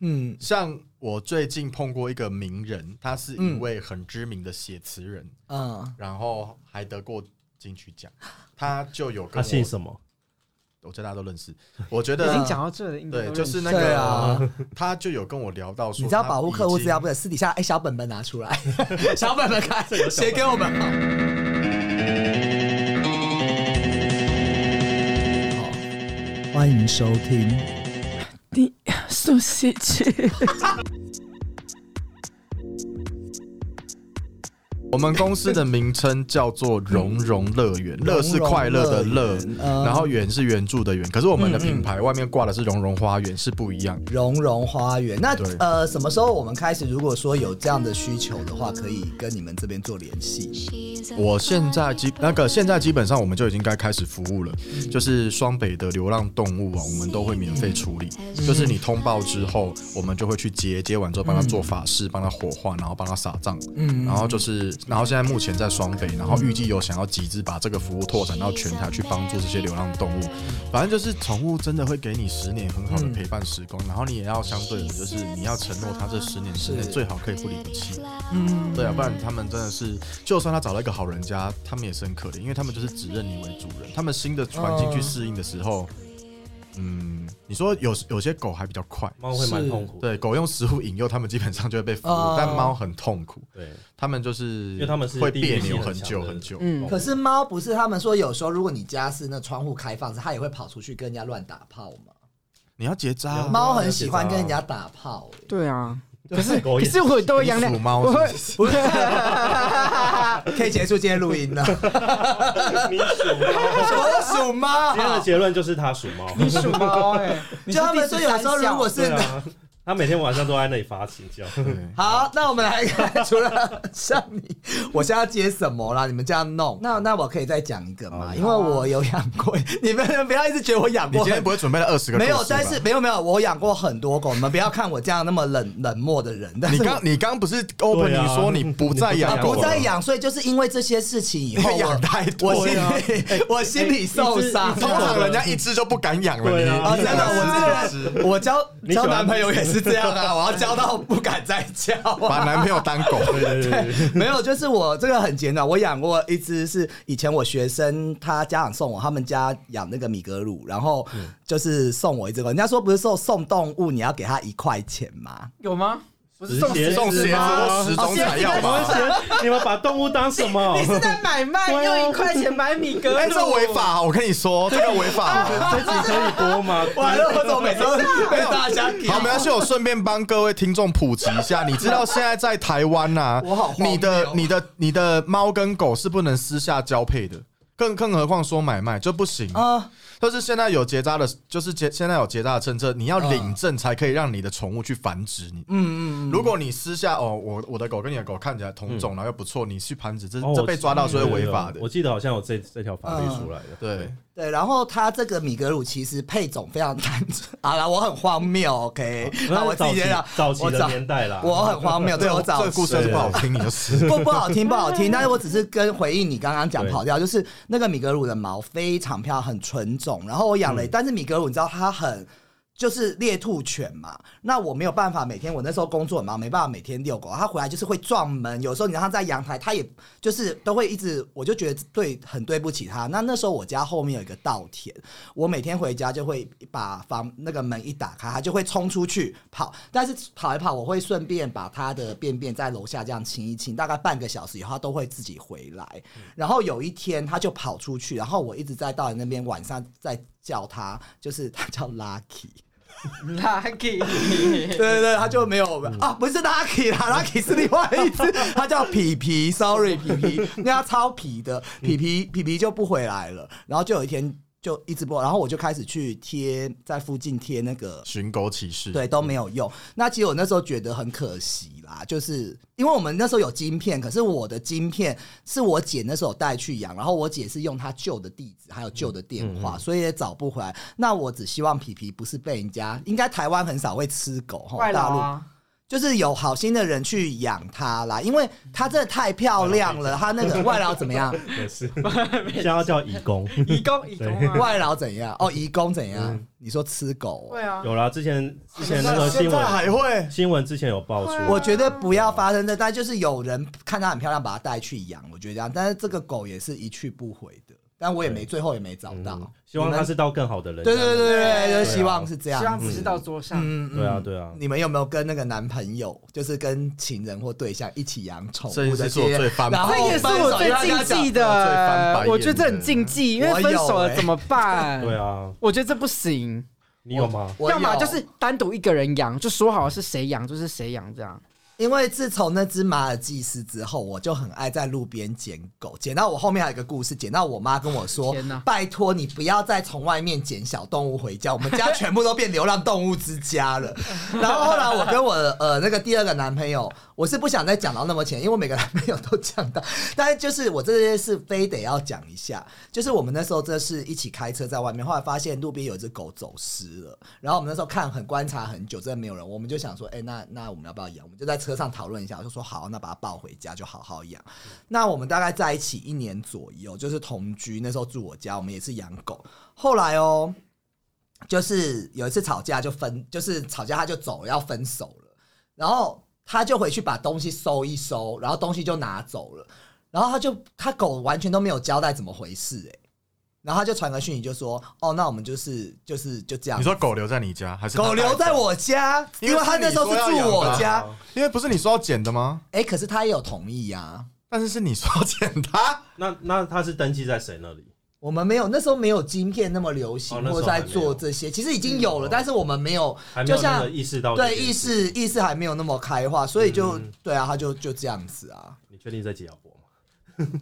嗯，像我最近碰过一个名人，他是一嗯位很知名的写词人，嗯，然后还得过金曲奖。他就有他跟姓我，什么？我觉得大家都认识。我觉已得啊经你讲到这了，应嗯该对，都就是那对个、啊他就有跟我聊到说，你知道保护客户资料，不？是私底下哎，小本本拿出来， 小本本看谁给我们好。好，欢迎收听。你速吸去，我们公司的名称叫做“融融乐园”，乐是快乐的乐，嗯然后园是原著的园。可是我们的品牌外面挂的是“融融花园”，是不一样。融融花园，那对呃，什么时候我们开始？如果说有这样的需求的话，可以跟你们这边做联系。我现在基那个现在基本上我们就已经该开始服务了，嗯就是双北的流浪动物啊，我们都会免费处嗯理。就是你通报之后，我们就会去接，接完之后帮他做法事，帮他火化，然后帮他撒葬。嗯然后就是，然后现在目前在双北，然后预计有想要集资把这个服务拓展到全台，去帮助这些流浪动物。反正就是宠物真的会给你十年很好的陪伴时光，嗯然后你也要相对的，就是你要承诺它这十年之内是最好可以不离不弃。嗯，对啊，不然他们真的是，就算他找到一个好人家，他们也是很可怜，因为他们就是只认你为主人。他们新的环境去适应的时候，嗯，你说有有些狗还比较快，猫会蛮痛苦的，对，狗用食物引诱它们，基本上就会被服务，哦但猫很痛苦，对，它们就是因为它们是会地域别性扭很很强久的很久。嗯可是猫不是他们说有时候如果你家是那窗户开放式，它也会跑出去跟人家乱打炮吗？你要结扎啊，猫很喜欢跟人家打炮、 欸，对啊，可是 狗哦可也是我都会养你属两，猫我会是不是不是，可以结束今天录音了。你属猫，我属猫今，天的结论就是他属猫。你属猫哎，你是就他们说第有十三时候如果项是对啊，他每天晚上都在那里发情叫。对好，那我们来看，除了像你，我现在要接什么啦？你们这样弄，哦啊那那我可以再讲一个吗？因为我有养过，你们不要一直觉得我养你过今很天不会准备了二十个？没有，但是。没有没有，我养过很多狗，你们不要看我这样那么冷 冷漠的人，但你是刚你刚不是 open 对啊你说你不再你不再养啊狗不了再养，所以就是因为这些事情以 后，因为养我太多我心了啊里 我心里受伤 一只一。只通常人家一只就不敢养了，对你啊啊，真的，我只这个人，我交你喜交欢男朋友也是这样啊，我要交到不敢再交啊。把男朋友当狗， 对对对对，没有，就是我这个很简短，我养过一只是以前我学生他家长送我，他们家养那个米格鲁，然后就是送我一只狗。人家说不是说送动物你要给他一块钱吗？有吗？不是直送接鞋送鞋子子吗或？时钟才要我们吧？嫌你们把动物当什么你？是在买卖，对啊用一块钱买米格哎，鲁这违。法！我跟你说，这个违法。这集可以播吗？完了，我怎么每次都被大家 给好，没关系，我顺便帮各位听众普及一下。你知道现在在台湾呐、 我好荒谬你的、你的、你的猫跟狗是不能私下交配的，更更何况说买卖就不行。啊？就是现在有结扎的，就是结现在有结扎的政策，你要领证才可以让你的宠物去繁殖你。嗯嗯，嗯如果你私下哦，我我的狗跟你的狗看起来同种，然后又不错，你去繁殖，这、哦这被抓到是会我违法的啊我。记得好像有这这条法律出来的。对， 对。然后它这个米格鲁其实配种非常单纯。好了，我很荒谬，OK？那我自早己期先讲，早期我的年代啦，我很荒谬，对我这早个故事要是不好听，你就是。 不不好听，不好听。但是我只是跟回应你刚刚讲对跑掉，就是那个米格鲁的毛非常漂亮，很纯种。然后我养了，但是米格鲁你知道它很。就是猎兔犬嘛，那我没有办法每天，我那时候工作很忙，没办法每天遛狗。它回来就是会撞门，有时候你让它在阳台，它也就是都会一直，我就觉得对很对不起它。那那时候我家后面有一个稻田，我每天回家就会把房那个门一打开，它就会冲出去跑，但是跑一跑，我会顺便把它的便便在楼下这样清一清，大概半个小时以后，它都会自己回来。然后有一天，它就跑出去，然后我一直在稻田那边晚上在叫它，就是它叫 Lucky。 Lucky，对对对，他就没有、啊，不是 Lucky 啦，Lucky 是另外一只，他叫皮皮，sorry 皮皮，那他超皮的，皮皮皮皮就不回来了，然后就有一天就一直播，然后我就开始去贴在附近贴那个寻狗启事，对，都没有用。那其实我那时候觉得很可惜啦，就是因为我们那时候有晶片，可是我的晶片是我姐那时候有带去养，然后我姐是用她旧的地址还有旧的电话，所以也找不回来。那我只希望皮皮不是被人家，应该台湾很少会吃狗哈，外劳大陆啊，就是有好心的人去养它啦，因为它真的太漂亮了。它那个外劳怎么样？也是，现在要叫义工。义工义工啊，外劳怎样？哦，移工怎样？你说吃狗哦？对啊，有啦，之前之前那个新现在还闻会新闻之前有爆出来，我觉得不要发生这，但就是有人看它很漂亮，把它带去养，我觉得这样。但是这个狗也是一去不回的，但我也没最后也没找到嗯。希望你他们是到更好的人家对里。对对对，对对啊就希望是这样希。望只是到桌上。嗯对啊对啊你们有没有跟那个男朋友，就是跟情人或对象一起养宠这物一哦的次是经我验？最翻然后这也是我最禁忌的，我觉得这很禁忌，因为分手了怎么办？对，啊，我觉得这不行，你有吗？我要么有就是单独一个人养，就说好是谁养就是谁养这样。因为自从那只马尔济斯之后，我就很爱在路边捡狗，捡到我后面还有一个故事，捡到我妈跟我说天哪：“拜托你不要再从外面捡小动物回家，我们家全部都变流浪动物之家了。” 然后后来我跟我呃那个第二个男朋友，我是不想再讲到那么前，因为我每个男朋友都讲到，但是就是我这件事非得要讲一下，就是我们那时候这是一起开车在外面，后来发现路边有一只狗走失了，然后我们那时候看很观察很久，真的没有人，我们就想说，哎、那那我们要不要养？我们就在车上讨论一下，我就说好，那把它抱回家就好好养。那我们大概在一起一年左右，就是同居，那时候住我家，我们也是养狗。后来哦，就是有一次吵架就分，就是吵架他就走了要分手了，然后他就回去把东西收一收，然后东西就拿走了，然后他就他狗完全都没有交代怎么回事哎、然后他就传个讯息就说哦，那我们就是就是就这样你，说狗留在你家还是狗留在？我家，因因为为他那时候是是你住说要我养的家，因为不是你说要捡的吗？哎、可是他也有同意呀、啊。但是是你说要捡它，那那他是登记在谁那里？我们没有那时候没有晶片那么流行，哦那时或候者在做这些，其实已经有了，嗯但是我们没有，哦还没就有那像个意识到对这件意事识意识还没有那么开化，所以就、嗯对啊，他就就这样子啊。你确定这集要播吗？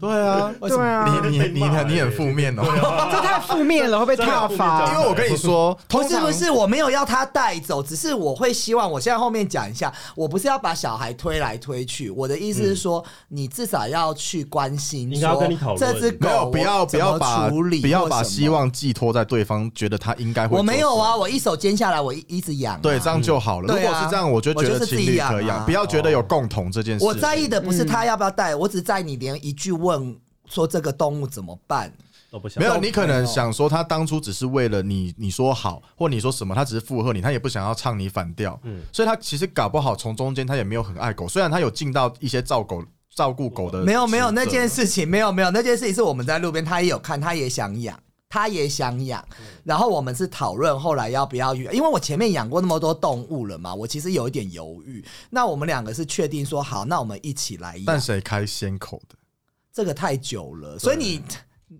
对啊， 为什么对啊，你你你很你很负面哦，这太负面了，会被踏这因样伐。为我跟你 说，不通是常不是，我没有要他带走，只是我会希望，我现在后面讲一下，我不是要把小孩推来推去，我的意思是嗯说，你至少要去关心，应该要跟你讨论这只没有狗不要我不怎要么把处理，不要把希。望寄托在对方，觉得他应该会。我没有啊，，我一手煎下来，我一一直养、啊。对，这样就好了。对如啊果是这样，我就觉我得就是情自己侣养啊可以养，不要觉得有共同这件事。我在意的不是他要不要带，我只在意你连一句问说这个动物怎么办。都不想没有，你可能想说他当初只是为了你，你说好或你说什么，他只是附和你，他也不想要唱你反调。嗯所以他其实搞不好从中间他也没有很爱狗，虽然他有尽到一些照狗照顾狗呃的，没有没有那件。事情，没有没有那件事情是我们在路边，他也有看，他也想养。他也想养，然后我们是讨论后来要不要养，因为我前面养过那么多动物了嘛，我其实有一点犹豫。那我们两个是确定说好，那我们一起来但养。谁开先口的？这个太久了，所以你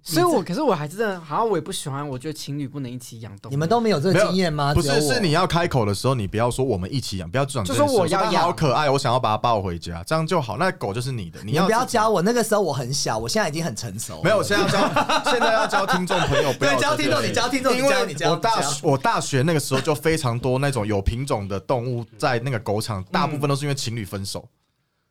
所以我可是我还是真的，好像我也不喜欢，我觉得情侣不能一起养动物。你们都没有这没个有经验吗？不只是，啊有我是你要开口的时候，你不要说我们一起啊养，不要转，就说我要它养啊好可爱，我想要把它抱回家，这样就好。那狗就是你的，你你要们不要自己教我，那个时候我很小，我现在已经很成熟了。没有，现在要教，现在要教听众朋友，不要 对教这听样众，你教听众，你因教你为教。我你大教我大学那个时候就非常多那种有品种的动物在那个狗场，大部分都是因为情侣分手，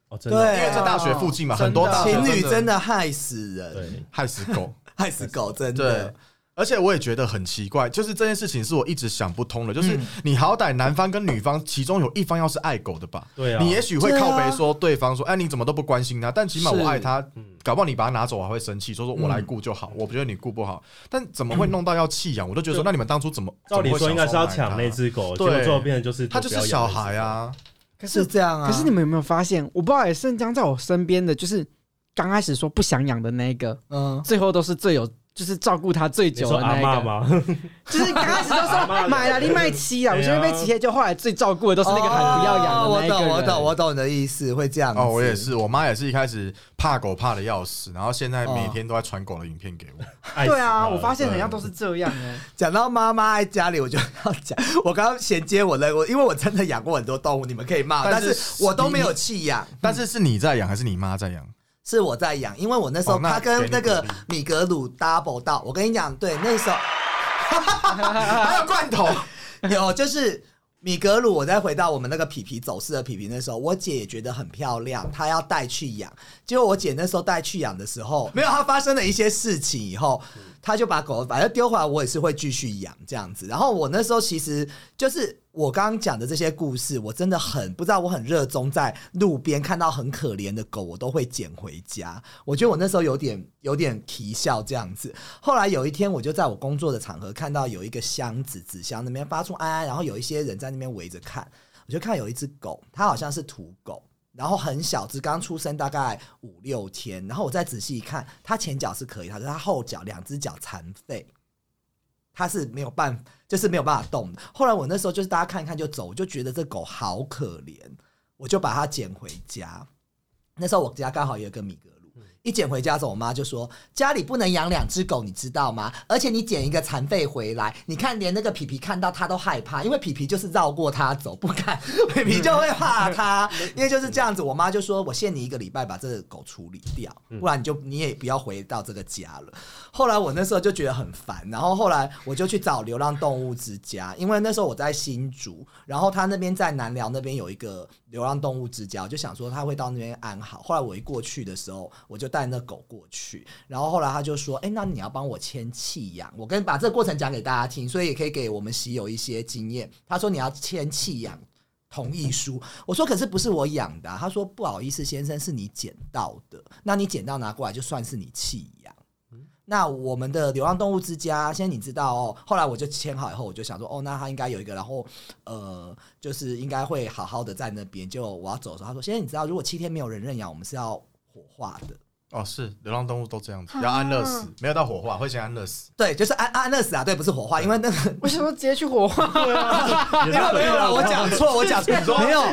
哦，真的对，啊哦因为在大学附近嘛，真的很多大学情侣真的害死人，对，害死狗，害死狗，真对的。。而且我也觉得很奇怪，就是这件事情是我一直想不通的，就是嗯你好歹男方跟女方其中有一方要是爱狗的吧，对啊你也许会靠背说对方说，哎，你怎么都不关心他？但起码我爱他，嗯搞不好你把他拿走我还会生气，说说我来顾就好，我不觉得你顾不好，但怎么会弄到要弃养？我都觉得说，那你们当初怎么？照理说应该是要抢那那只。只狗，结对果最后变成就是他就是小孩啊。啊，可是是这嗯样啊。可是你们有没有发现，我不知道也是将在我身边的，就是刚开始说不想养的那一个，嗯，最后都是最有。就是照顾他最你久说的阿那一嬷个，吗？ 就是刚开始都说买了你卖七啊，我对啊现在被七天，就后来最照顾的都是那个很不要养哦的那一个人。我懂，我懂，我懂你的意思，会这样子。哦，我也是，我妈也是一开始怕狗怕的要死，然后现在每哦天都在传狗的影片给 我。爱死对啊，他了我发现好像都是这样哎、讲到妈妈在家里，我就要讲，我刚刚衔接我的，我因为我真的养过很多动物，你们可以骂我，但但是是我都没有弃养，但是是你在养还是你妈在 养？是我在养，因为我那时候哦那他跟给你那个鼓励米格鲁 double 到，我跟你讲，对，那时候。还有罐头， 有，就是米格鲁，我再回到我们那个皮皮走失的皮皮那时候，我姐也觉得很漂亮，她要带去养。结果我姐那时候带去养的时候，没有她发生了一些事情以后，他就把狗反正丢回来，我也是会继续养这样子。然后我那时候其实就是我刚刚讲的这些故事，我真的很不知道，我很热衷在路边看到很可怜的狗，我都会捡回家。我觉得我那时候有点有点啼笑这样子。后来有一天，我就在我工作的场合看到有一个箱子纸箱那边发出哎哎，然后有一些人在那边围着看，我就看有一只狗，它好像是土狗。然后很小只，刚出生大概五六天。然后我再仔细一看，它前脚是可以的，可是它后脚两只脚残废，它是没有办，就是没有办法动的。后来我那时候就是大家看一看就走，我就觉得这狗好可怜，我就把它捡回家。那时候我家刚好也有个米格鲁，一捡回家之后，我妈就说家里不能养两只狗，你知道吗？而且你捡一个残废回来，你看连那个皮皮看到它都害怕，因为皮皮就是绕过它走，不敢，皮皮就会怕它，因为就是这样子。我妈就说我限你一个礼拜把这个狗处理掉，不然你就你也不要回到这个家了。后来我那时候就觉得很烦，然后后来我就去找流浪动物之家，因为那时候我在新竹，然后他那边在南寮那边有一个流浪动物之家，我就想说他会到那边安好。后来我一过去的时候，我就带那狗过去，然后后来他就说：“哎、那你要帮我牵弃养。”我跟把这个过程讲给大家听，所以也可以给我们喜友一些经验。他说：“你要牵弃养。”同意书，我说可是不是我养的啊、他说不好意思，先生是你捡到的，那你捡到拿过来就算是你弃养。那我们的流浪动物之家，现在你知道哦。后来我就签好以后，我就想说，哦，那他应该有一个，然后呃，就是应该会好好的在那边。就我要走的时候，他说，现在你知道，如果七天没有人认养，我们是要火化的。哦，是流浪动物都这样子，要安乐死，没有到火化，会先安乐死。 对，就是安安乐死啊，对，不是火化，因为那个我想说直接去火化，也没有是没有啦，啊我讲错，我讲错，没有，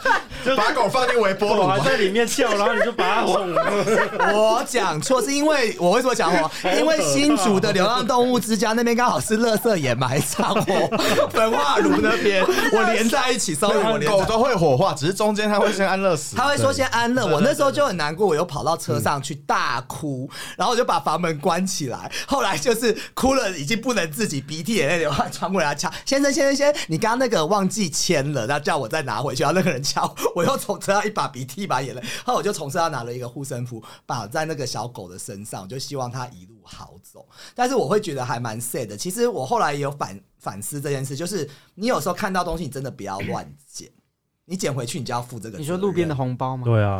把狗放进微波炉我吗还？在里面跳，然后你就把它哄了。我讲错，是因为我为什么讲我？ 因为新竹的流浪动物之家那边刚好是垃圾掩埋场，哦我 焚化炉那边，我连在一起，sorry，我连在一狗起。都会火化，只是中间它会先安乐死。他会说对先安乐，我那时候就很难过，我又跑到车上去大哭，然后我就把房门关起来。嗯后来就是哭了，已经不能自己，鼻涕眼泪流汗穿过来敲先生先生先生，你刚刚那个忘记签了，那叫我再拿回去。然后那个人敲，我又从车上一把鼻涕一把眼泪，后来我就从车上拿了一个护身符绑在那个小狗的身上，我就希望它一路好走。但是我会觉得还蛮 sad 的。其实我后来也有反反思这件事，就是你有时候看到东西，你真的不要乱捡。你捡回去，你就要负这个责任。你说路边的红包吗？对啊，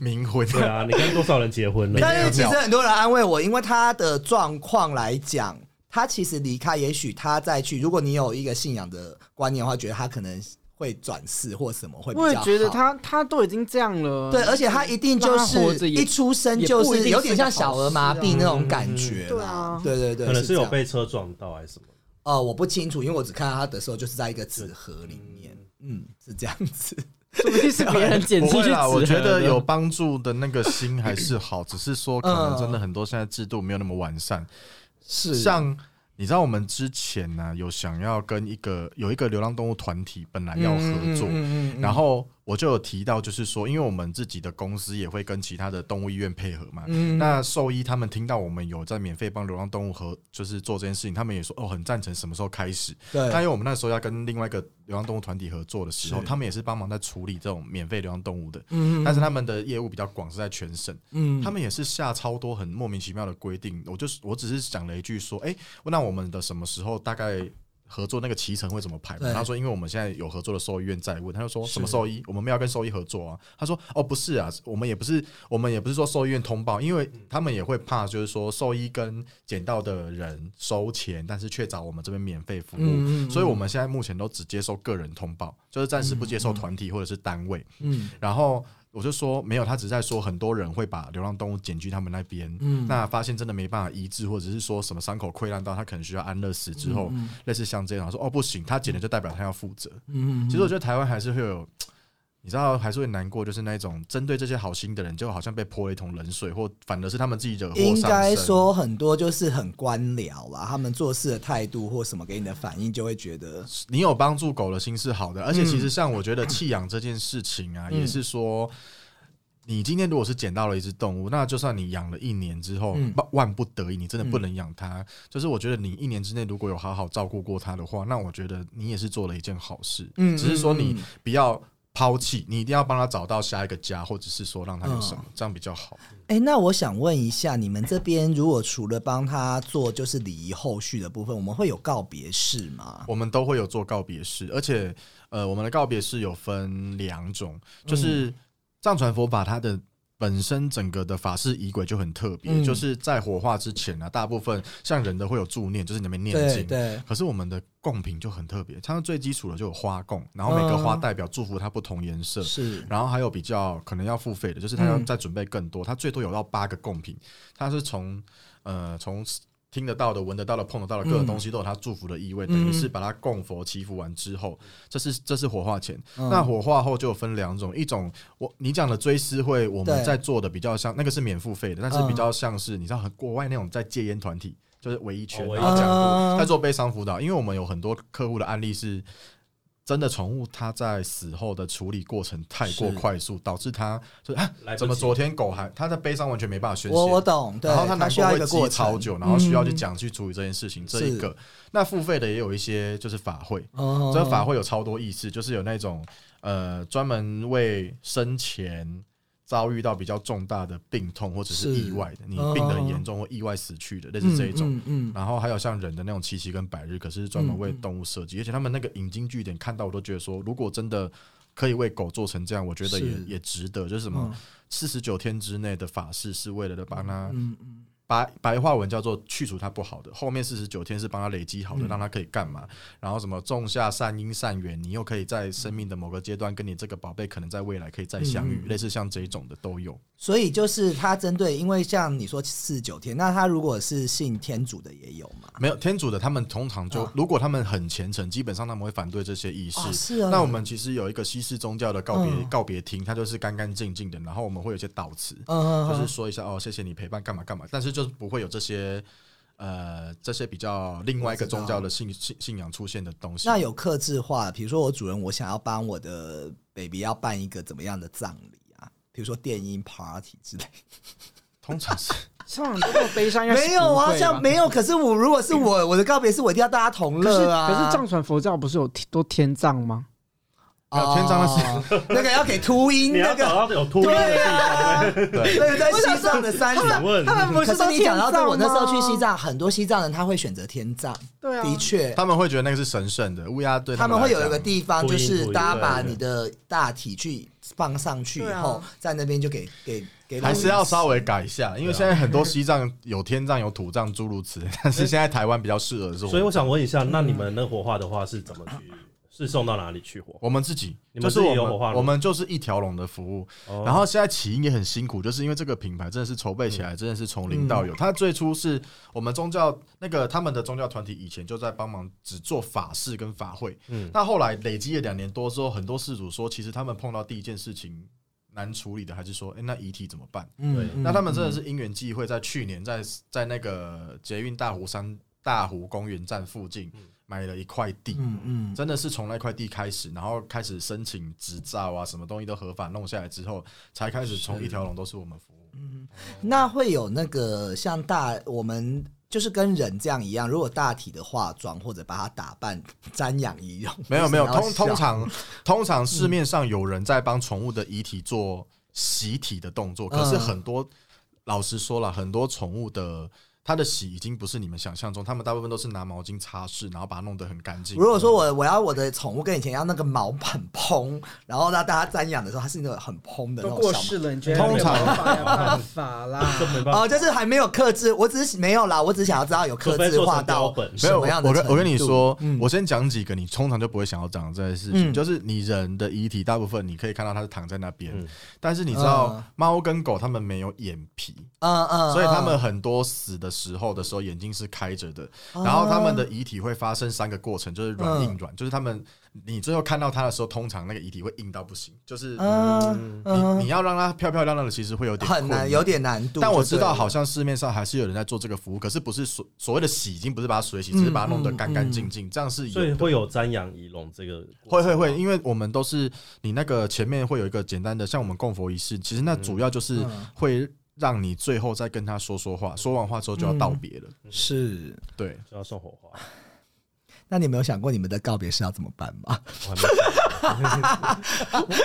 冥婚，对啊，你跟多少人结婚了？但是其实很多人安慰我，因为他的状况来讲，他其实离开，也许他再去，如果你有一个信仰的观念的话，觉得他可能会转世或什么会比较我好。也觉得他他都已经这样了，对，而且他一定就让他活是着也一出生也就不一定有是点个像小好儿麻事啊痹那种感觉嗯嗯嗯啦。对对对对，可能是有这样被车撞到还是什么？呃，我不清楚，因为我只看到他的时候就是在一个纸盒里面，嗯，是这样子。说不定是别人捡不进会去啦，我纸盒觉得的有帮助的那个心还是好，只是说可能真的很多现在制度没有那么完善。是像你知道，我们之前呢、有想要跟一个有一个流浪动物团体本来要合作，嗯然后我就有提到，就是说，因为我们自己的公司也会跟其他的动物医院配合嘛。嗯那兽医他们听到我们有在免费帮流浪动物和就是做这件事情，他们也说哦很赞成，什么时候开始？对但因为我们那时候要跟另外一个流浪动物团体合作的时候，是他们也是帮忙在处理这种免费流浪动物的，嗯但是他们的业务比较广，是在全省，嗯他们也是下超多很莫名其妙的规定。我就是我只是讲了一句说，哎、那我们的什么时候大概？合作那个骑程会怎么排嘛？对他说，因为我们现在有合作的兽医院在问，他就说什么兽医，我们没有跟兽医合作啊。他说，哦，不是啊，我们也不是，我们也不是说兽医院通报，因为他们也会怕，就是说兽医跟捡到的人收钱，但是却找我们这边免费服务，嗯嗯嗯所以我们现在目前都只接受个人通报，就是暂时不接受团体或者是单位。嗯然后我就说没有，他只是在说很多人会把流浪动物捡去他们那边，嗯那发现真的没办法医治，或者是说什么伤口溃烂到他可能需要安乐死之后，类似像这样说哦不行，他捡了就代表他要负责。嗯其实我觉得台湾还是会有。你知道还是会难过，就是那一种针对这些好心的人，就好像被泼了一桶冷水，或反而是他们自己惹祸上身。应该说很多就是很官僚啦，他们做事的态度或什么给你的反应，就会觉得你有帮助狗的心是好的，而嗯且其实像我觉得弃养这件事情啊，也是说，你今天如果是捡到了一只动物，那就算你养了一年之后，嗯万万不得已你真的不能养它，就是我觉得你一年之内如果有好好照顾过它的话，那我觉得你也是做了一件好事，嗯只是说你不要。抛弃，你一定要帮他找到下一个家，或者是说让他嗯有什么，这样比较好。哎、那我想问一下，你们这边如果除了帮他做就是礼仪后续的部分，我们会有告别式吗？我们都会有做告别式，而且呃，我们的告别式有分两种，嗯就是藏传佛法它的。本身整个的法式仪轨就很特别，嗯就是在火化之前呢、啊大部分像人的会有助念，就是你那边念对经，对，可是我们的贡品就很特别，它最基础的就有花供，然后每嗯个花代表祝福它不同颜色，是然后还有比较可能要付费的，就是它要嗯再准备更多，它最多有到八个贡品，它是从呃从。听得到的、闻得到的、碰得到的各个嗯东西都有它祝福的意味，嗯等于是把它供佛祈福完之后，这是这是火化前。嗯那火化后就有分两种，一种我你讲的追思会，我对们在做的比较像那个是免付费的，但是嗯比较像是你知道很国外那种在戒烟团体，就是唯一圈哦然后讲嗯过在做悲伤辅导，因为我们有很多客户的案例是真的宠物它在死后的处理过程太过是快速，导致它就是啊，来不及怎么昨天狗还它的悲伤完全没办法宣泄，呃我我懂，对，然后它他难需过要会一个积过超程，嗯久，然后需要去讲去处理这件事情，这一个。那付费的也有一些就是法会，嗯这法会有超多意思，就是有那种呃专门为生前遭遇到比较重大的病痛或者是是意外的，你病得很严重或意外死去的，类似这一种。嗯嗯嗯然后还有像人的那种七夕跟百日，可是专门为动物设计，而且他们那个引经据典，看到我都觉得说，如果真的可以为狗做成这样，我觉得也是也值得。就是什么嗯四十九天之内的法事，是为了帮它嗯嗯白白话文叫做去除它不好的，后面四十九天是帮它累积嗯好的，让它可以干嘛？然后什么种下善因善缘，你又可以在生命的某个阶段跟你这个宝贝可能在未来可以再相嗯遇，类似像这一种的都有。所以就是他针对，因为像你说四十九天，那他如果是信天主的也有嘛？没有天主的，他们通常就、啊如果他们很虔诚，基本上他们会反对这些仪式。哦是啊那我们其实有一个西式宗教的告别、嗯告别厅，它就是干干净净的，然后我们会有一些悼词，嗯，就是说一下哦，谢谢你陪伴，干嘛干嘛，但是就是不会有这些。呃，这些比较另外一个宗教的信信信仰出现的东西，那有克制化，比如说我主人，我想要帮我的 baby 要办一个怎么样的葬礼啊？比如说电音 party 之类的。通常是通常这么悲伤应该是没有不啊，会吧像没有。可是我如果是我，我的告别是我一定要大家同可是乐啊。可是藏传佛教不是有天都天葬吗？哦天葬是 那个要给秃鹰你那要找个，到有秃鹰的啊地方欸，对对，在西藏的山想上。问他们不可是是都你讲到这，我那时候去西西藏，藏，很多西藏人他会选择天葬，对啊，的确，他们会觉得那个是神圣的乌鸦，对他们来会有一个讲地方，不一就是不一大家把对对你的大体去放上去啊以后对，在那边就给给给老还人是要稍微改一下，啊因为现在很多西藏有天葬、有土葬诸如此类，但是现在台湾比较适合是我们，所以我想问一下，那你们那火化的话是怎么去？嗯是送到哪里去火化？我们自己你就们是自己我有火化们炉我们就是一条龙的服务。哦然后现在起因也很辛苦，就是因为这个品牌真的是筹备嗯起来，真的是从零到有。它最初是我们宗教那个他们的宗教团体以前就在帮忙只做法事跟法会，嗯那后来累积了两年多之后，很多事主说，其实他们碰到第一件事情难处理的，还是说，哎、那遗体怎么办？嗯对嗯那他们真的是因缘际会，在去年在在那个捷运大湖山大湖公园站附近嗯买了一块地，嗯嗯真的是从那块地开始，然后开始申请执照啊，什么东西都合法弄下来之后，才开始从一条龙都是我们服务。那会有那个像大我们。就是跟人这样一样，如果大体的化妆或者把它打扮瞻仰仪容，没有没有，就是通要笑通常通常市面上有人在帮宠物的遗体做洗体的动作，可是嗯很多老实说了，很多宠物的。它的洗已经不是你们想象中，他们大部分都是拿毛巾擦拭，然后把它弄得很干净。如果说我我要我的宠物跟以前一样那个毛很蓬，然后让大家瞻仰的时候，它是那个很蓬的那都种过小世了，你觉得通常没有办法有办法啊 啦？这没办毛。法哦，就是还没有克制，我只是没有啦，我只想要知道有克除非制做成化标到本没什有，么样的我跟我跟你程度说，嗯我先讲几个你通常就不会想要讲的这些事情，嗯就是你人的遗体大部分你可以看到它是躺在那边，嗯但是你知道嗯猫、跟狗它们没有眼皮，嗯嗯，所以它们嗯很多死的时候的时候眼睛是开着的，然后它们的遗体会发生三个过程，就是软嗯硬软，就是它们你最后看到它的时候，通常那个遗体会硬到不行，就是嗯你、你要让它漂漂亮亮的，其实会有点很困难，有点难度。但我就知对道，了好像市面上还是有人在做这个服务，可是不是所所谓的洗，已经不是把它水洗，只是把它弄得干干净净，这样是所以有的。会有瞻仰仪容这个过会程会吗，会，因为我们都是你那个前面会有一个简单的，像我们供佛仪式，其实那主要就是嗯会让你最后再跟他说说话，说完话之后就要道别了。是，对，就要送火化。那你没有想过你们的告别式要怎么办吗？ 我还没想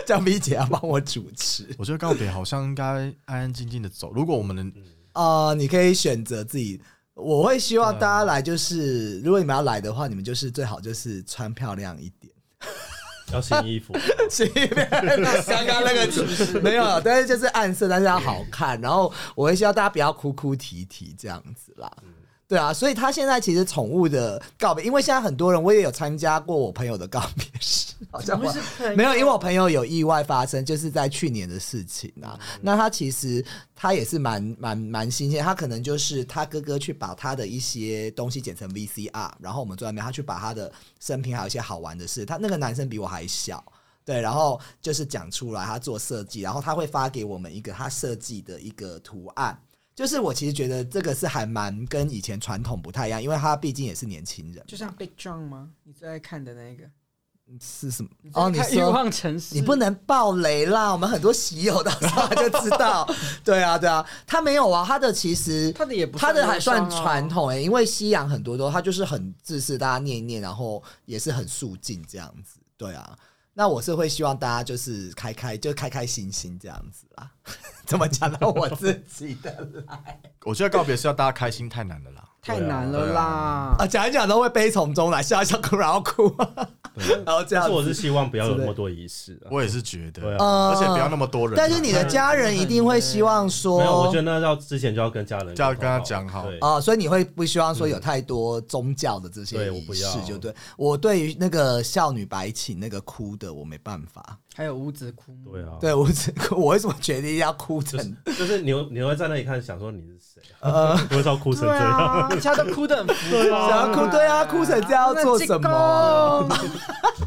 叫咪姐要帮我主 持。我觉得告别好像应该安安静静的走。如果我们能呃，你可以选择自己。我会希嗯望大家来，就是如果你们要来的话，你们就是最好就是穿漂亮一点。要新 衣服， 随便，刚刚那个词没有，啊但是就是暗色，但是要好看。然后我会希望大家不要哭哭啼啼这样子啦。对啊，所以他现在其实宠物的告别，因为现在很多人，我也有参加过我朋友的告别式，好像我没有，因为我朋友有意外发生，就是在去年的事情啊。那他其实他也是蛮蛮蛮新鲜，他可能就是他哥哥去把他的一些东西剪成 VCR，然后我们坐在那边，他去把他的生平还有一些好玩的事。他那个男生比我还小。对，然后就是讲出来他做设计，然后他会发给我们一个他设计的一个图案。就是我其实觉得这个是还蛮跟以前传统不太一样，因为他毕竟也是年轻人。就像 Big John 吗？你最爱看的那一个？是什么？哦，你看欲说望城市，你不能爆雷啦，我们很多喜友 到时候就知道。对啊，对啊，他没有啊，他的其实他的也不他的还算忧伤啊传统哎、因为西洋很多都他就是很自私，大家念一念，然后也是很肃静这样子。对啊，那我是会希望大家就是开开就开开心心这样子啦。 怎么讲到我自己的啦我觉得告别是要大家开心，太难了啦。太难了啦。啊？讲一讲都会悲从中来，笑一笑哭然后哭， 然后这啊但样是我子。是希望不要有那么多仪式啊。我也是觉得，对啊呃而且不要那么多人啊。但 是你的家人一定会希望说，没有，我觉得那要之前就要跟家人沟哦通好，就要跟他讲好对，啊、所以你会不希望说嗯有太多宗教的这些对我仪不式要，就对。我对于那个少女白起那个哭的，我没办法。还有五子枯木，对哦啊，对我只 我为什么决定要哭成、就是就是你会你会在那里看，想说你是谁呃啊？你为什么哭成对这样？啊，大家都哭得很浮夸，想要哭？对啊，哭成这样要做什么？ 那这个？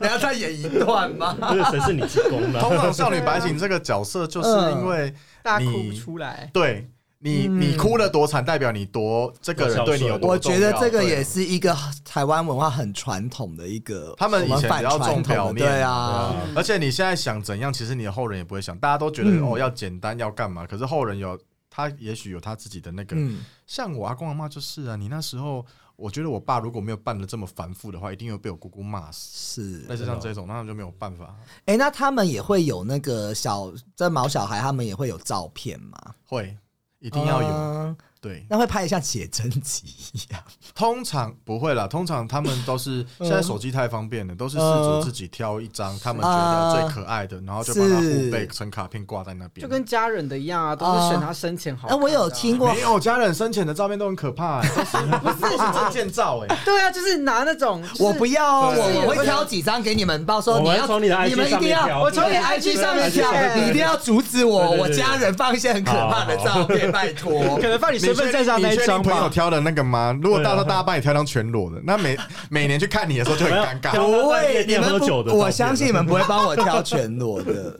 你要再演一段吗？啊 就是谁是你啊济公 呢？通常少女白景这个角色，就是嗯因为大家哭你不出来。对你嗯你哭了多惨，代表你多这个人对你有多我重觉要得这个也对是一个台湾文化很传统的一个，他们我以前反比较传重统表的，面，对啊，对而且你现在想怎样，其实你的后人也不会想，大家都觉嗯得、哦要简单要干嘛，可是后人有他也许有他自己的那个，嗯，像我阿公阿妈就是啊，你那时候我觉得我爸如果没有办的这么繁复的话，一定会被我姑姑骂死。是。类似像这种，那就没有办法。哎、那他们也会有那个小这毛小孩，他们也会有照片吗？会，一定要有。嗯对，那会拍的像写真集一样。通常不会啦，通常他们都 是现在手机太方便了，都是事主自己挑一张他嗯们觉得最可爱的，然后就把它护背成卡片挂在那边。就跟家人的一样啊，都是选他生前哎、好看的啊。我有听过没有家人生前的照片都很可怕、欸， 都是不是是证件照哎、对啊，就是拿那种，就是我不要哦，就是我我有会挑几张给你们，报说我你们要从你的 IG 们一定上面要，挑我从你的 IG IG 上面挑上面，挑你一定要阻止我，对对对我家人放一些很可怕的照片，拜托可。能放你你 身份证上那一张你确定朋友吧。啊挑的那个吗？如果到时候大家帮你挑张全裸的，那每每年去看你的时候就很尴啊没有尬。不会，一你定要们喝酒不，的照片我相信你们 不会帮我挑全裸的。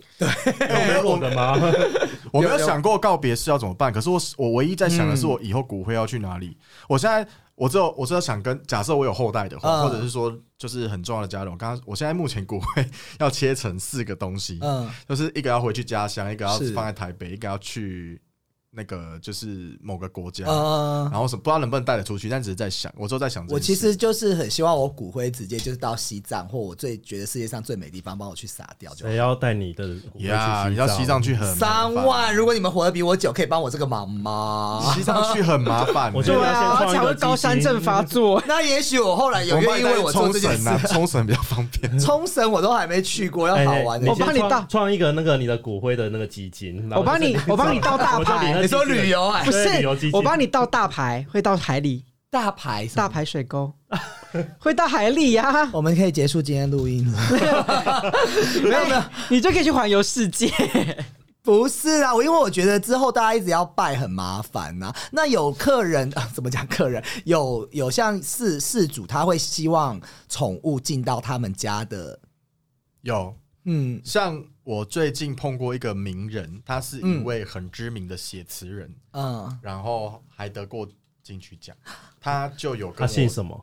有我的吗？ 我没有想过告别式要怎么办，可是我我唯一在想的嗯是我以后骨灰要去哪里。我现在我只有我只有想跟假设我有后代的话，嗯或者是说就是很重要的家人，我刚刚我现在目前骨灰要切成四个东西，嗯，就是一个要回去家乡，一个要是放在台北，一个要去那个就是某个国啊家，呃，然后什不知道能不能带得出去，但只是在想，我之后在想这件事。我其实就是很希望我骨灰直接就是到西藏，或我最觉得世界上最美的地方，帮我去撒掉就好谁。要带你的骨灰去呀，你到西藏去很麻三烦万，，啊如果你们活得比我久，可以帮我这个忙吗？西藏去很麻烦、我觉对得啊，而且还会高山症发作。那也许我后来有愿意为我做冲这件绳事啊，冲绳比较方便。 冲绳我都还没去过，要哎好玩的我。帮你先创倒创一个那个你的骨灰的那个基金，然后我帮你 就是，我帮你倒大我就领牌了，你说旅游啊 不？是对旅游基金，我帮你倒大牌，会到海里， 大牌大，牌水沟会到海 里呀。我们可以结束今天录音 了。没有没有，你就可以去环游世界。不是啊，我因为我觉得之后大家一直要拜很麻烦呐、那有客人、 啊、怎么讲？客人有有像事事主，他会希望宠物进到他们家的，有，嗯像我最近碰过一个名人，他是一位很知名的写词人，嗯，然后还得过金曲奖，他就有跟他我，姓什么？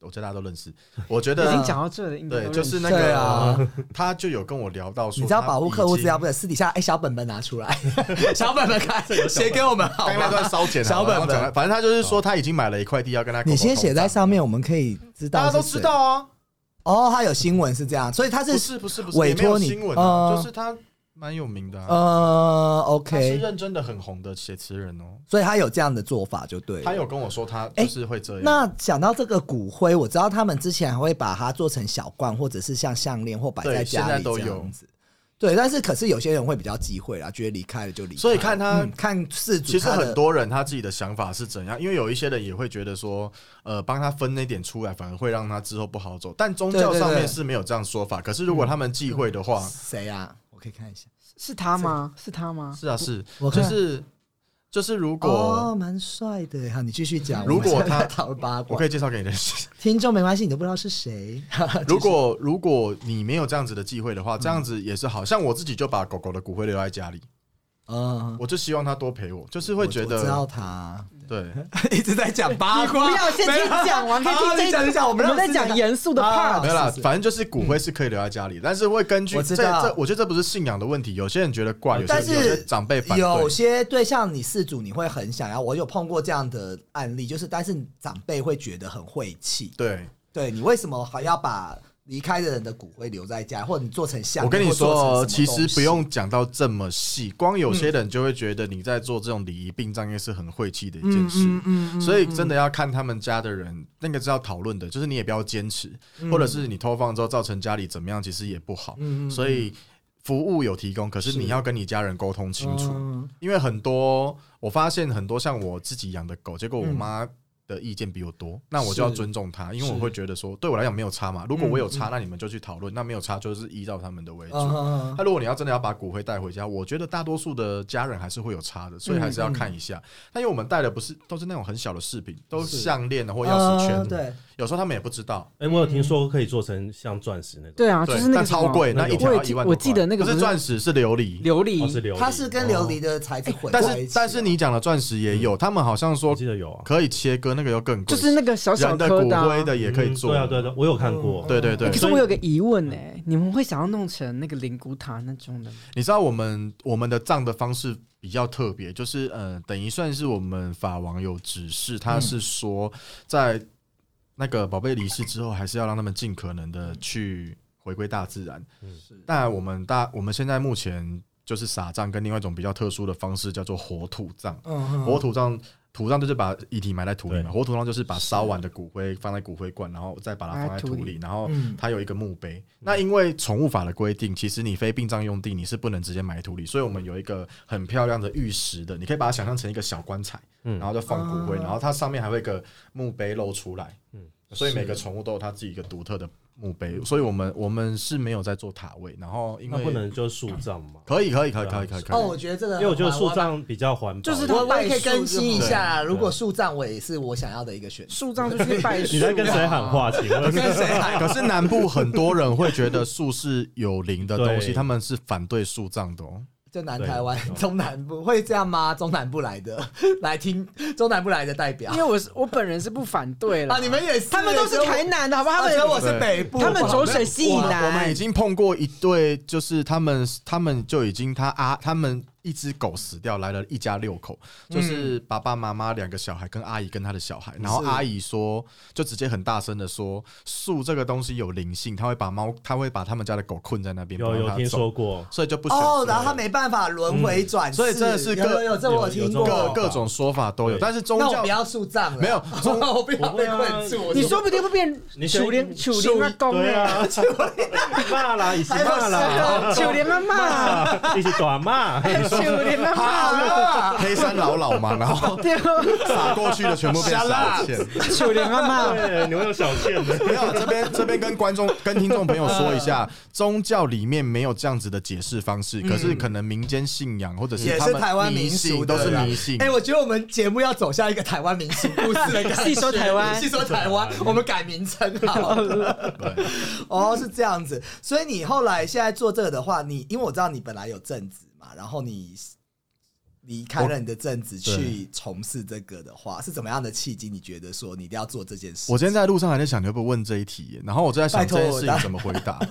我觉得大家都认识。我觉已得经讲到这了，应该啊对，都就是那对个、啊他就有跟我聊到说，你知道保护客户资料，不？不是私底下哎、小本本拿出来， 小本本看写给我们好刚刚那吗？段烧钱啊， 小本然后讲本反正他就是说他已经买了一块地要跟他，你先写在，上面，我们可以知道。大家都知。道啊。哦，他有新闻是这样，所以他不是是不是不是，委也没有托你新闻啊，呃就是他蛮有名的啊，呃他是，OK，认真的很红的写词人哦。所以他有这样的做法就对了。他有跟我说他就是会这样，哎那讲到这个骨灰，我知道他们之前还会把它做成小罐，或者是像项链，或摆对在现家在里都这有样子。对，但是可是有些人会比较忌讳啦，觉得离开了就离开了。所以看他嗯看事主，其实很。多人他自己的想法是怎样，因为有一些人也会觉得说，呃，帮他分那点出来，反而会让他之后不好走。但宗教对对对上面是没有这样说法，可是如果他们忌讳的话，谁啊？我可以看一下。是他吗？是他吗？是啊是，我就看是就是如哦，果蛮帅的。好，你继续讲。如果我们他讨论八我卦可，以介绍给你认 识，听众没关系，你都不知道是谁。 如果如果你没有这样子的忌讳的话，这样子也是好像我自己就把狗狗的骨灰留在家里，嗯，我就希望它多陪我，就是会觉我知道得他对。 一直在讲八卦。不要先没听有讲完，可以好听这你一讲你讲，我我们们在让思讲想严肃的啊 part，没有啦是，是嗯反正就是骨灰是可以留在家里，但是会根据我这知这道，我觉得这不是信仰的问题，有些人觉得怪，有些但人是有些长辈反有对。些对象你事主你会很想要，我有碰过这样的案例，就是但是长辈会觉得很晦气，对，对你为什么还要把离开的人的骨灰留在家，或者你做成像？我跟你说，或做成什其么东西嗯实不用讲到这么细，光有些人就会觉得你在做这种礼仪殡葬业是很晦气的一嗯件事。所以真的要看他们家的人，那个是要讨论的，就是你也不要坚持，嗯或者是你偷放之后造成家里怎么样，其实也不好。所以服务有提供，可是你要跟你家人沟通清楚，哦嗯因为很多我发现很多像我自己养的狗，结嗯果我妈的意见比我多，那我就要尊重她，因为我会觉得说对我来讲没有差嗯嘛，如果我有差，那你们就去讨论，那没有差就是依照他们的为主。嗯，那如果你要真的要把骨灰带回家，我觉得大多数的家人还是会有差的，嗯所以还是要看一下。那、因为我们带的不是都是那种很小的饰品，都是项链啊或钥匙圈、嗯对，有时候他们也不知道。哎，我有听说可以做成像钻石那种，对啊，就对，是那个但什么超贵，那那一个条我要也记一万多块。我记得那个不不是是钻石，是琉璃。琉哦是璃，琉璃，它是跟琉璃的材质混哎但在一是起啊。但是你讲的钻石也嗯有，他们好像我说记得有啊，可以切割，那个又更贵。就是那个小小人的颗骨啊灰的也可以做。嗯对啊，对啊对啊，我有看过，对对对欸可是我有个疑问哎、你们会想要弄成那个灵骨塔那种的吗？你知道我们我们的葬的方式比较特别，就是呃，等于算是我们法王有指示，他是说在那个宝贝离世之后，还是要让他们尽可能的去回归大自然。嗯但我们大我们现在目前就是撒葬跟另外一种比较特殊的方式，叫做火土葬。嗯火土葬。土葬就是把遗体埋在土里嘛，对火土葬就是把烧完的骨灰放在骨灰罐，然后再把它放在土埋在土里，然后嗯它有一个墓碑。那因为宠物法的规定，其实你非殡葬用地你是不能直接埋土里，所以我们有一个很漂亮的玉石的，你可以把它想象成一个小棺材，嗯然后就放骨灰，啊然后它上面还会有一个墓碑露出来。嗯所以每个宠物都有它自己一个独特的墓碑，所以我们我们是没有在做塔位，然后因那为不能就是树葬嘛，可以可以可以可以可以可哦，以，我觉得这个因很为我觉得好树，葬比较环保，就是它我我也可以更新一下啦。对如果树葬，我也是我想要的一 个选择。树葬就是拜树、啊。你在跟谁喊？话？请问跟谁 喊？可是南部很多人会觉得树是有灵的东西，对他们是反对树葬的哦。就南对台湾哦中南部会这样吗？中南部来的来听中南部来的代表因为我是我本人是不反对了啊，你们也是，他们都是台南的，好不好？啊，他我觉们得我是北部，他们我浊水溪以南，我们已经碰过一对，就是他们他们就已经他啊，他们一只狗死掉，来了一家六口，就是嗯爸爸妈妈两个小孩跟阿姨跟他的小孩，然后阿姨说就直接很大声的说树这个东西有灵性，他会把猫，他会把他们家的狗困在那边，不有让有它听走说，过，所以就不选哦，树然后他没办法轮回转世，嗯所以真的是有各有有这我有听有有这各过，各种说法都有，对但是宗那我教不要树葬了， 没有宗我不要被困住，我你说不定会变你先楚连楚连阿公对哎，啊，骂啦，一起骂啦， 楚连妈 妈，一起短骂，楚连妈好妈，了，黑山老老嘛，然后对哦，撒过去的全部变小钱。楚连妈妈，对，你们有小倩的，没有，这边这边跟观众、跟听众朋友说一 下，嗯宗教里面没有这样子的解释方式，可是可能民间信仰或者也他是们台湾迷民信俗都的是啦迷信哎、。我觉得我们节目要走向一个台湾民俗故事的感觉， 细说台湾细说台湾，我们改名称好了。对， 哦，是这样子，所以你后来现在做这个的话，你因为我知道你本来有正职嘛，然后你离开了你的正职去从事这个的话，是怎么样的契机？你觉得说你一定要做这件事？我今天在路上还在想你会不会问这一题，然后我就在想拜这托件事情怎么回答。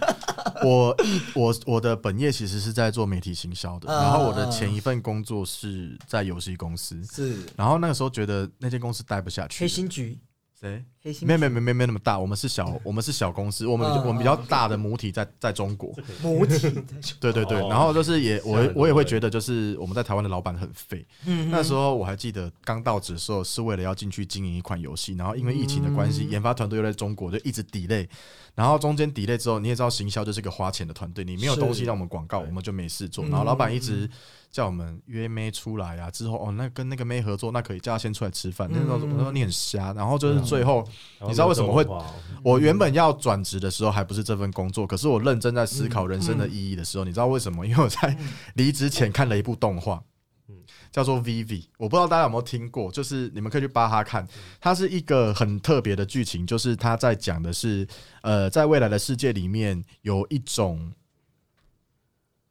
我一我我的本业其实是在做媒体行销的，嗯然后我的前一份工作是在游戏公司，是然后那个时候觉得那间公司待不下去黑了，心局，谁？黑猩没猩有没有没有没有没有那么大，我们是小我们是小公司，我们、嗯我们比较大的母体在在中国，母体 对对对，哦然后就是也吓我人我也会对觉得就是我们在台湾的老板很废，嗯那时候我还记得刚到职的时候是为了要进去经营一款游戏，然后因为疫情的关系，研发团队又在中国就一直 delay，然后中间 delay 之后你也知道行销就是个花钱的团队，你没有是东西让我们广告，我们就没事做，然后老板一直。叫我们约妹出来啊，之后哦，那跟那个妹合作，那可以叫她先出来吃饭。那时候我说你很瞎，然后就是最后，你知道为什么会台湾没有这种文化哦我原本要转职的时候还不是这份工作，可是我认真在思考人生的意义的时候，你知道为什么？因为我在离职前看了一部动画，叫做《Vivi》，我不知道大家有没有听过，就是你们可以去巴哈看，它是一个很特别的剧情，就是它在讲的是，呃，在未来的世界里面有一种，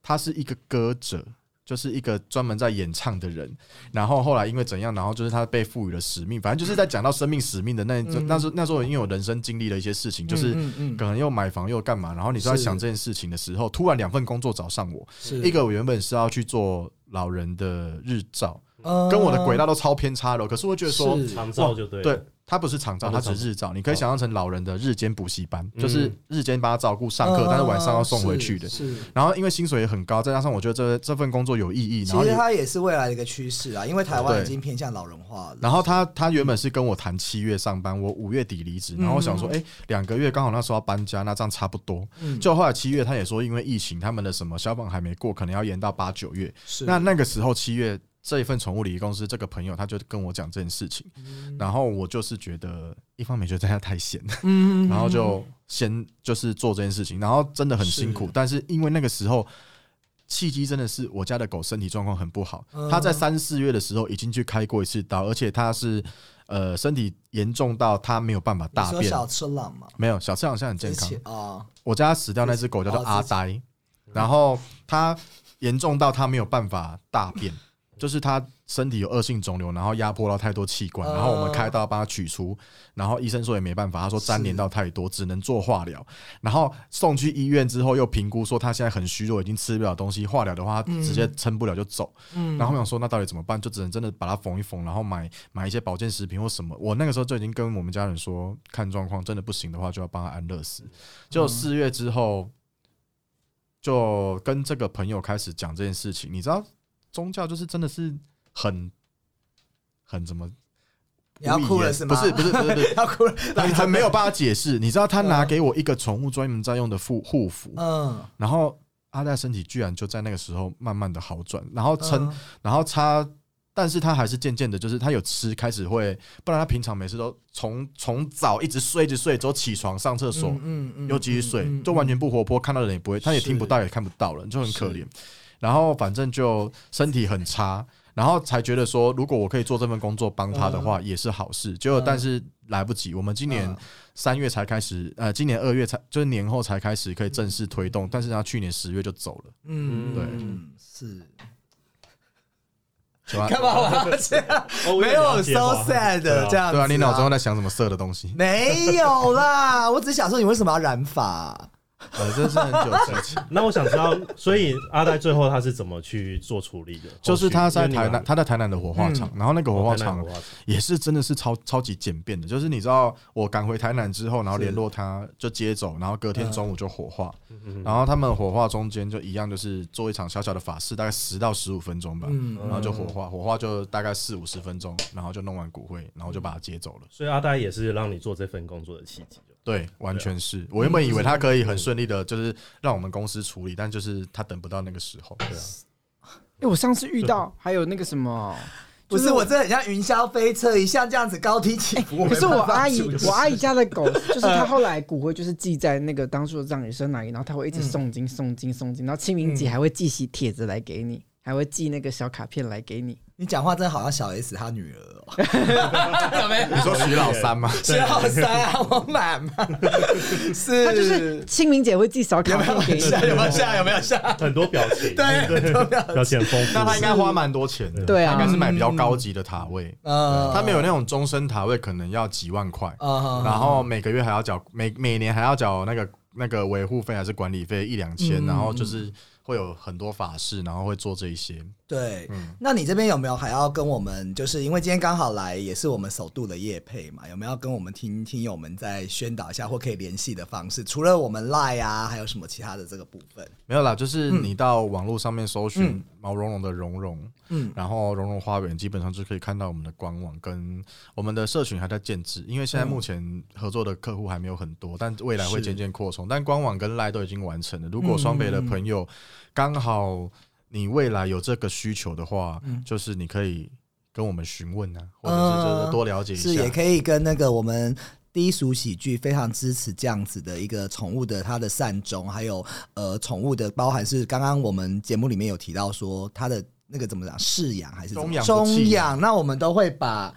他是一个歌者。就是一个专门在演唱的人，然后后来因为怎样，然后就是他被赋予了使命，反正就是在讲到生命使命的那嗯那时候那时候，因为我人生经历了一些事情，就是嗯嗯可能又买房又干嘛，然后你就在是想这件事情的时候，突然两份工作找上我，是一个我原本是要去做老人的日照，嗯哦跟我的轨道都超偏差了，可是我觉得说，是长照就对了对。它不是长照，哦它只是日照，你可以想象成老人的日间补习班，嗯就是日间帮他照顾上课，嗯但是晚上要送回去的。是。是然后因为薪水也很高，再加上我觉得这这份工作有意义，然其后实也它也是未来的一个趋势啊，因为台湾对已经偏向老人化了。然后他他原本是跟我谈七月上班，我五月底离职，嗯然后我想说，哎、两个月刚好那时候要搬家，那这样差不多。嗯就后来七月他也说，因为疫情，他们的什么消防还没过，可能要延到八九月。是那那个时候七月这一份宠物礼仪公司这个朋友他就跟我讲这件事情，然后我就是觉得一方面觉得他太闲，嗯然后就先就是做这件事情，然后真的很辛苦，是但是因为那个时候。契机真的是我家的狗身体状况很不好嗯，它在三四月的时候已经去开过一次刀，而且它是呃身体严重到它没有办法你大说便，小车狼嘛，没有小赤好像很健之康前，啊，我家死掉那只狗叫做阿呆，然后它严重到它没有办法大便，就是它身体有恶性肿瘤，然后压迫到太多器官，哦然后我们开刀帮它取出，然后医生说也没办法，他说粘连到太多，只能做化疗，然后送去医院之后又评估说它现在很虚弱，已经吃不了东西，化疗的话它直接撑不了就走，嗯然后我想说那到底怎么办，就只能真的把它缝一缝，然后买买一些保健食品或什么。我那个时候就已经跟我们家人说，看状况真的不行的话，就要帮他安乐死。嗯就四月之后，就跟这个朋友开始讲这件事情。你知道，宗教就是真的是很很怎么？ 你要无哭以了言是吗？不是不是不是不是，要哭 了，很很没有办法解释。你知道，他拿给我一个宠物专门在用的护护符， 嗯，然后阿黛身体居然就在那个时候慢慢的好转，然后撑嗯然后他，但是他还是渐渐的，就是他有吃，开始会，不然他平常每次都从从早一直睡，一直睡，之后起床上厕所，嗯嗯又继续睡，嗯嗯就完全不活泼，看到人也不会，他也是听不到，也看不到了，就很可怜。然后反正就身体很差，然后才觉得说，如果我可以做这份工作帮他的话，也是好事。结果嗯但是来不及，我们今年嗯三月才开始，呃，今年二月才就是年后才开始可以正式推动，但是他去年十月就走了。嗯，对嗯，是。对吧干嘛我要这样？哦我没也想有接话 so sad 对啊这样子。对啊，你脑中在想什么色的东西？没有啦，我只是想说你为什么要染发？呃，这是很久之前，那我想知道，所以阿呆最后他是怎么去做处理的？ 就是他在台南，后他在台南的火化场，然后那个续，哦火我化看到场火化场也是真的是超超级简便的，就是你知道我赶回台南之后，然后是联络他就接走，然后隔天中午就火化，嗯然后他们火化中间就一样就是做一场小小的法事，大概十到十五分钟吧，嗯然后就火化，火化就大概四五十分钟，然后就弄完骨灰，然后就把他接走了。所以阿呆也是让你做这份工作的契机。对，完全是我原本以为他可以很顺利的，就是让我们公司处理，但就是他等不到那个时候。对啊，哎，我上次遇到还有那个什么，不，就是是我真的很像云霄飞车一像这样子高低起伏。可是我没办法阿姨处理，我阿姨家 的狗，就是她后来骨灰就是寄在那个当初的葬仪社那里，然后她会一嗯直诵经、诵经、诵经，然后清明节还会寄喜帖子来给嗯你，还会寄那个小卡片来给你。你讲话真的好像小 S 她女儿 哦，有没有？你说徐老三吗？是好三啊，我妈妈 是，她就是清明节会寄小卡片给你，下有没有下有没有下？很多表 情，对很多表情表情很丰富。那他应该花蛮多钱的，对啊嗯他应该是买比较高级的塔位，呃，嗯他没有那种终身塔位，可能要几万块，啊，然后每个月还嗯要缴每每年还要缴那个那个维护费还是管理费一两千，然后就是会有很多法事，然后会做这一些。对，嗯那你这边有没有还要跟我们，就是因为今天刚好来，也是我们首度的夜配嘛，有没有要跟我们听听友们再宣导一下或可以联系的方式？除了我们 Line 啊，还有什么其他的这个部分？没有啦，就是嗯你到网络上面搜嗯寻毛茸茸的茸茸，嗯嗯，然后茸茸花园基本上就可以看到我们的官网跟我们的社群还在建制，因为现在目前合作的客户还没有很多，但未来会是渐渐扩充。但官网跟赖都已经完成了，如果双北的朋友刚好你未来有这个需求的话，嗯就是你可以跟我们询问啊，或者是就是多了解一下，是也可以跟那个我们。低俗喜剧非常支持这样子的一个宠物的它的善终，还有呃宠物的包含是刚刚我们节目里面有提到说它的那个怎么讲饲养还是怎么中养不中弃养，那我们都会把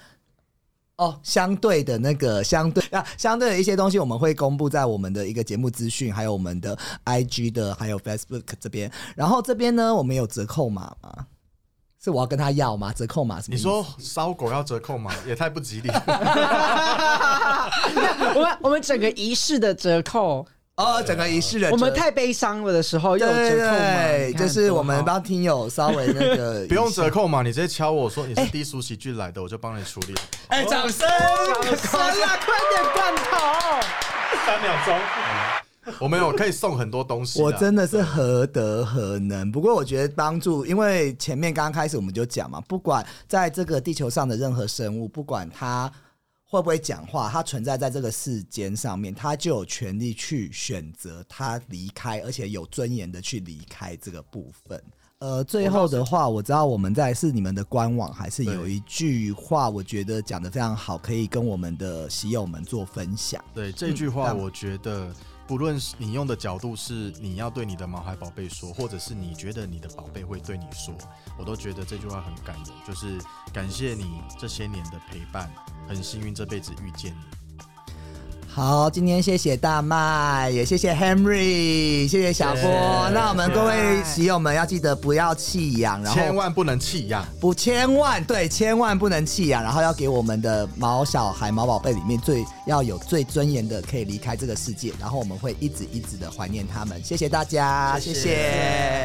哦相对的那个相对啊相对的一些东西我们会公布在我们的一个节目资讯，还有我们的 IG 的还有 Facebook 这边，然后这边呢我们有折扣码吗？是我要跟他要吗？折扣码什么 你意思？说烧狗要折扣吗？也太不吉利。 我们我们整个仪式的折扣，哦，整个仪式的我们折太悲伤了的时候又对有折对扣嘛对，你看就是我们多 好帮听友稍微那个 不用折扣嘛，你直接敲我说你是低俗喜剧来的，我就帮你处理。哎，掌声！神啊，快点罐头！三秒钟，我们有可以送很多东西的，我真的是何德何能？不过我觉得帮助，因为前面刚刚开始我们就讲嘛，不管在这个地球上的任何生物，不管它会不会讲话，它存在在这个世间上面，它就有权利去选择它离开，而且有尊严的去离开这个部分。呃，最后的话，我知道我们在是你们的官网，还是有一句话，我觉得讲的非常好，可以跟我们的喜友们做分享。对这句嗯话，干嘛我觉得不论是你用的角度是你要对你的毛孩宝贝说，或者是你觉得你的宝贝会对你说，我都觉得这句话很感人，就是感谢你这些年的陪伴，很幸运这辈子遇见你。好，今天谢谢大麦，也谢谢 Henry，谢谢小波。谢谢那我们各位喜友们要记得不要弃养，然千后万不能弃养，不千万对，千万不能弃养，然后要给我们的毛小孩、毛宝贝里面最要有最尊严的，可以离开这个世界。然后我们会一直一直的怀念他们。谢谢大家，谢谢